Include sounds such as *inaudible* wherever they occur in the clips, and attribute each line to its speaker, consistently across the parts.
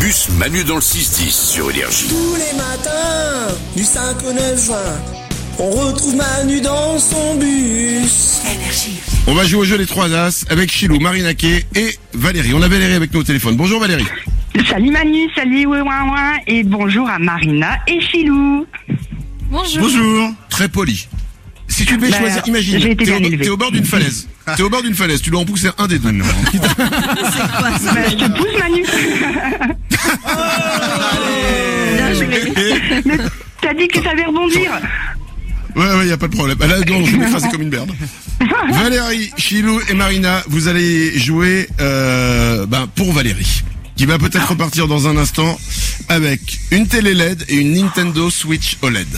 Speaker 1: bus Manu dans le 6-10 sur Énergie.
Speaker 2: Tous les matins, du 5 au 9 juin, on retrouve Manu dans son bus.
Speaker 3: On va jouer au jeu des trois as avec Chilou, Marinaquet et Valérie. On a Valérie avec nous au téléphone. Bonjour Valérie.
Speaker 4: Salut Manu, salut Ouin Ouin et bonjour à Marina et Chilou.
Speaker 5: Bonjour.
Speaker 3: Bonjour. Très poli. Si tu devais
Speaker 4: Bah,
Speaker 3: choisir, imagine,
Speaker 4: j'ai
Speaker 3: t'es
Speaker 4: été bien
Speaker 3: au,
Speaker 4: élevée.
Speaker 3: t'es au bord d'une falaise. T'es au bord d'une falaise, tu dois en pousser un des deux. *laughs*
Speaker 4: Ah Bah, je te pousse Manu.
Speaker 5: Bien
Speaker 3: *laughs*
Speaker 5: joué.
Speaker 4: Mais t'as dit que ça allait rebondir.
Speaker 3: Ouais, ouais, y a pas de problème. Ah Là, non, je vais m'écraser comme une
Speaker 4: *laughs*
Speaker 3: merde. Valérie, Chilou et Marina, vous allez jouer euh, ben, pour Valérie, qui va
Speaker 4: Ah.
Speaker 3: peut-être repartir dans un instant avec une télé LED et une Nintendo Switch OLED.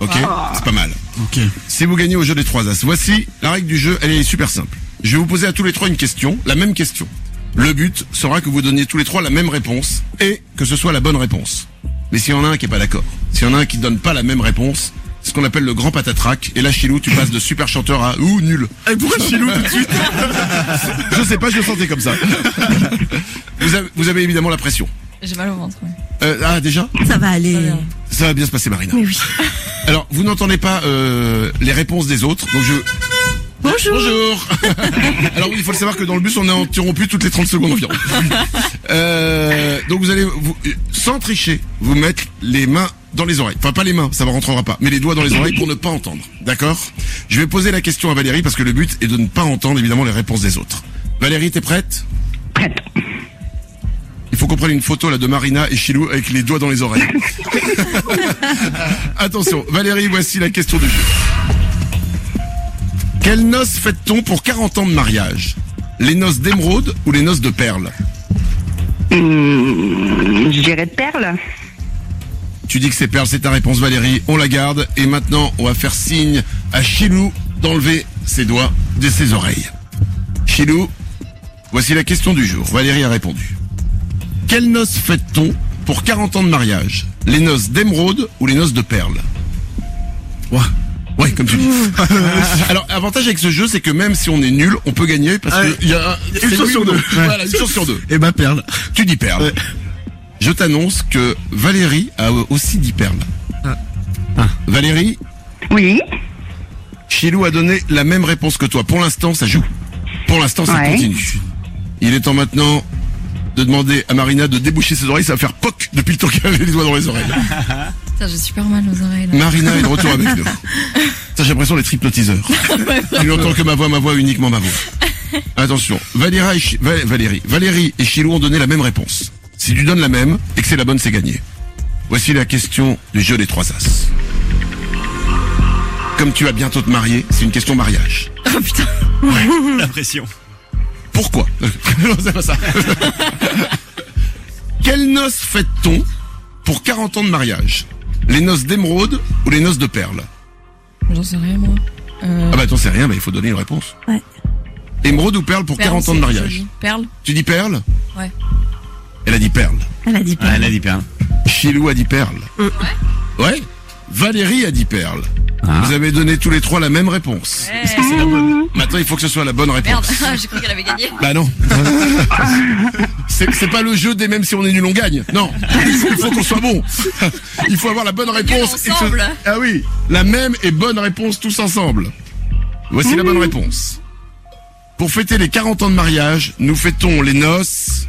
Speaker 3: Ok,
Speaker 4: Oh.
Speaker 3: c'est pas mal. Ok. Si vous gagnez au jeu des trois as, voici la règle du jeu. Elle est super simple. Je vais vous poser à tous les trois une question, la même question. Le but sera que vous donniez tous les trois la même réponse et que ce soit la bonne réponse. Mais s'il y en a un qui est pas d'accord, s'il y en a un qui donne pas la même réponse, c'est ce qu'on appelle le grand patatrac. Et là, Chilou, tu passes de super chanteur à ouh nul. Et pourquoi Chilou tout de suite Je sais pas, je le sentais comme ça. Vous avez, vous avez évidemment la pression.
Speaker 5: J'ai mal au ventre. ouais.
Speaker 3: Euh, ah déjà
Speaker 6: Ça va aller.
Speaker 3: Ça va bien se passer, Marina. *laughs* Alors, vous n'entendez pas euh, les réponses des autres, donc je.
Speaker 6: Bonjour.
Speaker 3: Bonjour Alors oui, il faut le savoir que dans le bus, on est interrompu toutes les 30 secondes environ. Euh, donc vous allez, vous, euh, sans tricher, vous mettre les mains dans les oreilles. Enfin, pas les mains, ça ne rentrera pas, mais les doigts dans les oreilles pour ne pas entendre. D'accord Je vais poser la question à Valérie parce que le but est de ne pas entendre évidemment les réponses des autres. Valérie, t'es prête
Speaker 4: Prête.
Speaker 3: Il faut qu'on prenne une photo là de Marina et Chilou avec les doigts dans les oreilles. Attention, Valérie, voici la question du jeu. Quelles noces fête-t-on pour 40 ans de mariage Les noces d'émeraude ou les noces de perles
Speaker 4: Hum, je dirais perle.
Speaker 3: Tu dis que c'est perles, c'est ta réponse Valérie, on la garde et maintenant on va faire signe à Chilou d'enlever ses doigts de ses oreilles. Chilou, voici la question du jour. Valérie a répondu. Quelles noces fête-t-on pour 40 ans de mariage Les noces d'émeraude ou les noces de perles Ouais. Ouais, comme tu dis. *laughs* Alors, avantage avec ce jeu, c'est que même si on est nul, on peut gagner parce
Speaker 7: Ouais.
Speaker 3: que il y a il y a-
Speaker 7: Une
Speaker 3: c'est
Speaker 7: chance
Speaker 3: oui
Speaker 7: sur
Speaker 3: ou non.
Speaker 7: deux.
Speaker 3: Voilà, une chance sur deux.
Speaker 7: Et bah perle.
Speaker 3: Tu dis perles.
Speaker 7: Ouais.
Speaker 3: Je t'annonce que Valérie a aussi dit perles. Valérie,
Speaker 4: Oui.
Speaker 3: Chilou a donné la même réponse que toi. Pour l'instant, ça joue. Pour l'instant, ça
Speaker 4: Ouais.
Speaker 3: continue. Il est temps maintenant de demander à Marina de déboucher ses oreilles. Ça va faire poc depuis le temps qu'elle avait les doigts dans les oreilles.
Speaker 5: Putain, j'ai super mal aux oreilles là.
Speaker 3: Marina est de retour avec
Speaker 5: *laughs*
Speaker 3: nous. Ça, j'ai l'impression d'être hypnotiseur. Tu n'entends que ma voix, ma voix, uniquement ma voix.
Speaker 5: *laughs*
Speaker 3: Attention, Valérie et, Chi- Val- Valérie. Valérie et Chilou ont donné la même réponse. Si tu donnes la même et que c'est la bonne, c'est gagné. Voici la question du jeu des trois as. Comme tu vas bientôt te marier, c'est une question mariage.
Speaker 5: Oh putain. *laughs*
Speaker 7: La pression.
Speaker 3: Pourquoi *laughs* Non, c'est pas ça. Quelles noces fête-t-on pour 40 ans de mariage Les noces d'émeraude ou les noces de perles
Speaker 5: J'en sais rien moi. Euh,
Speaker 3: Ah bah attends, c'est rien, mais il faut donner une réponse.
Speaker 6: Ouais.
Speaker 3: Émeraude ou perle pour
Speaker 5: perle,
Speaker 3: 40 ans de
Speaker 5: c'est
Speaker 3: mariage
Speaker 5: joli. Perle
Speaker 3: Tu dis perle
Speaker 5: Ouais.
Speaker 3: Elle a dit perle.
Speaker 6: Elle a dit pas.
Speaker 7: elle a dit perle.
Speaker 3: Chilou a dit perle.
Speaker 5: Mm.
Speaker 3: Ouais Ouais Valérie a dit perle.
Speaker 7: Ah.
Speaker 3: Vous avez donné tous les trois la même réponse. Maintenant, il faut que ce soit la bonne réponse.
Speaker 5: Merde, *laughs* Ah, j'ai cru qu'elle avait gagné.
Speaker 3: Bah non. *laughs* c'est c'est pas le jeu des mêmes si on est nul on gagne. Non. Il faut qu'on soit bon. *laughs* Il faut avoir la bonne réponse. et que ce-
Speaker 5: ensemble.
Speaker 3: Ah oui, la même et bonne réponse tous ensemble. Voici la
Speaker 4: Mmh.
Speaker 3: bonne réponse. Pour fêter les 40 ans de mariage, nous fêtons les noces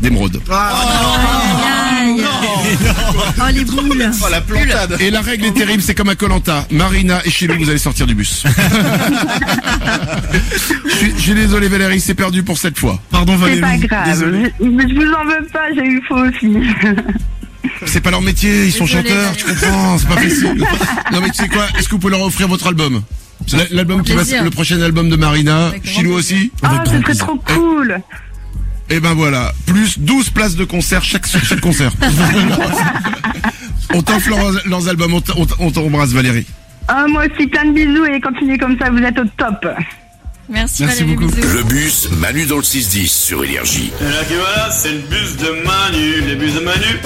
Speaker 3: d'émeraude.
Speaker 4: Ah.
Speaker 6: Aïe. Oh les boules.
Speaker 7: Oh la plantade.
Speaker 3: Et la règle est terrible, c'est comme à Colanta. Marina et Chilou, vous allez sortir du bus. *laughs* je, suis, je suis désolé Valérie, c'est perdu pour cette fois.
Speaker 7: Pardon
Speaker 4: C'est
Speaker 7: Valérie.
Speaker 4: pas grave.
Speaker 7: Désolé.
Speaker 4: Je, mais je vous en veux pas, j'ai eu faux aussi.
Speaker 3: C'est pas leur métier, ils sont
Speaker 5: Désolé,
Speaker 3: chanteurs, tu comprends, c'est pas
Speaker 5: *laughs*
Speaker 3: facile. Non mais tu sais quoi, est-ce que vous pouvez leur offrir votre album L- L'album qui va,
Speaker 5: plaisir.
Speaker 3: le prochain album de Marina,
Speaker 5: Avec grand
Speaker 3: Chilou
Speaker 5: plaisir.
Speaker 3: aussi
Speaker 4: Ah, ce serait trop cool.
Speaker 3: Et ben voilà, plus 12 places de concert chaque, chaque
Speaker 5: *laughs*
Speaker 3: concert. *laughs* on t'offre leurs, leurs albums, on t- on t- on t'embrasse Valérie.
Speaker 4: Ah, moi aussi, plein de bisous et continuez comme ça, vous êtes au top.
Speaker 5: Merci,
Speaker 3: Merci
Speaker 5: Valérie,
Speaker 3: beaucoup.
Speaker 5: bisous.
Speaker 1: Le bus Manu dans le 6-10 sur Énergie.
Speaker 8: Et là, que voilà, c'est le bus de Manu, les bus de Manu.